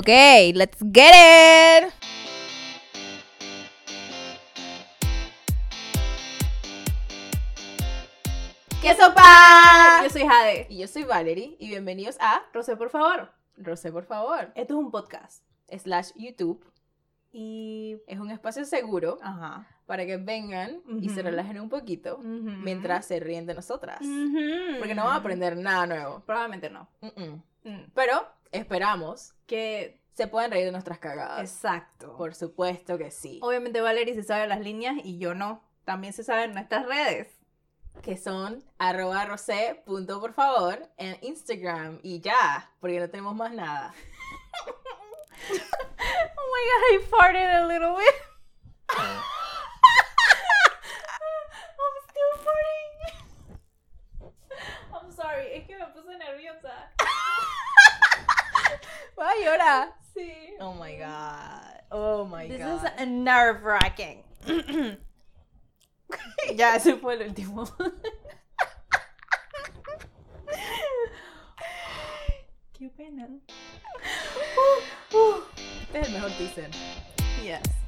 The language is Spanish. Okay, let's get it. ¡Qué sopa! Yo soy Jade. Y yo soy Valerie y bienvenidos a Rosé, por favor. Rosé, por favor, Esto es un podcast. slash YouTube. Y. Es un espacio seguro Ajá. para que vengan y se Ujú. relajen un poquito mientras se ríen de nosotras. Porque no van a aprender nada nuevo. Probablemente no. Mm-mm. Mm. Pero esperamos Que. se puedan reír de nuestras cagadas. Exacto. Por supuesto que sí. Obviamente Valerie se sabe las líneas y yo no. También se saben nuestras redes. Que son arroba rosé punto por favor en Instagram y ya, porque no tenemos más nada. Oh my god, I farted a little bit. I'm still farting. I'm sorry, es que me puse nerviosa. ¡Va a llorar! Sí. Oh my god. Oh my This god. is nerve wracking. Ya, ese fue el último. Qué pena. Este es el mejor teaser. Yes.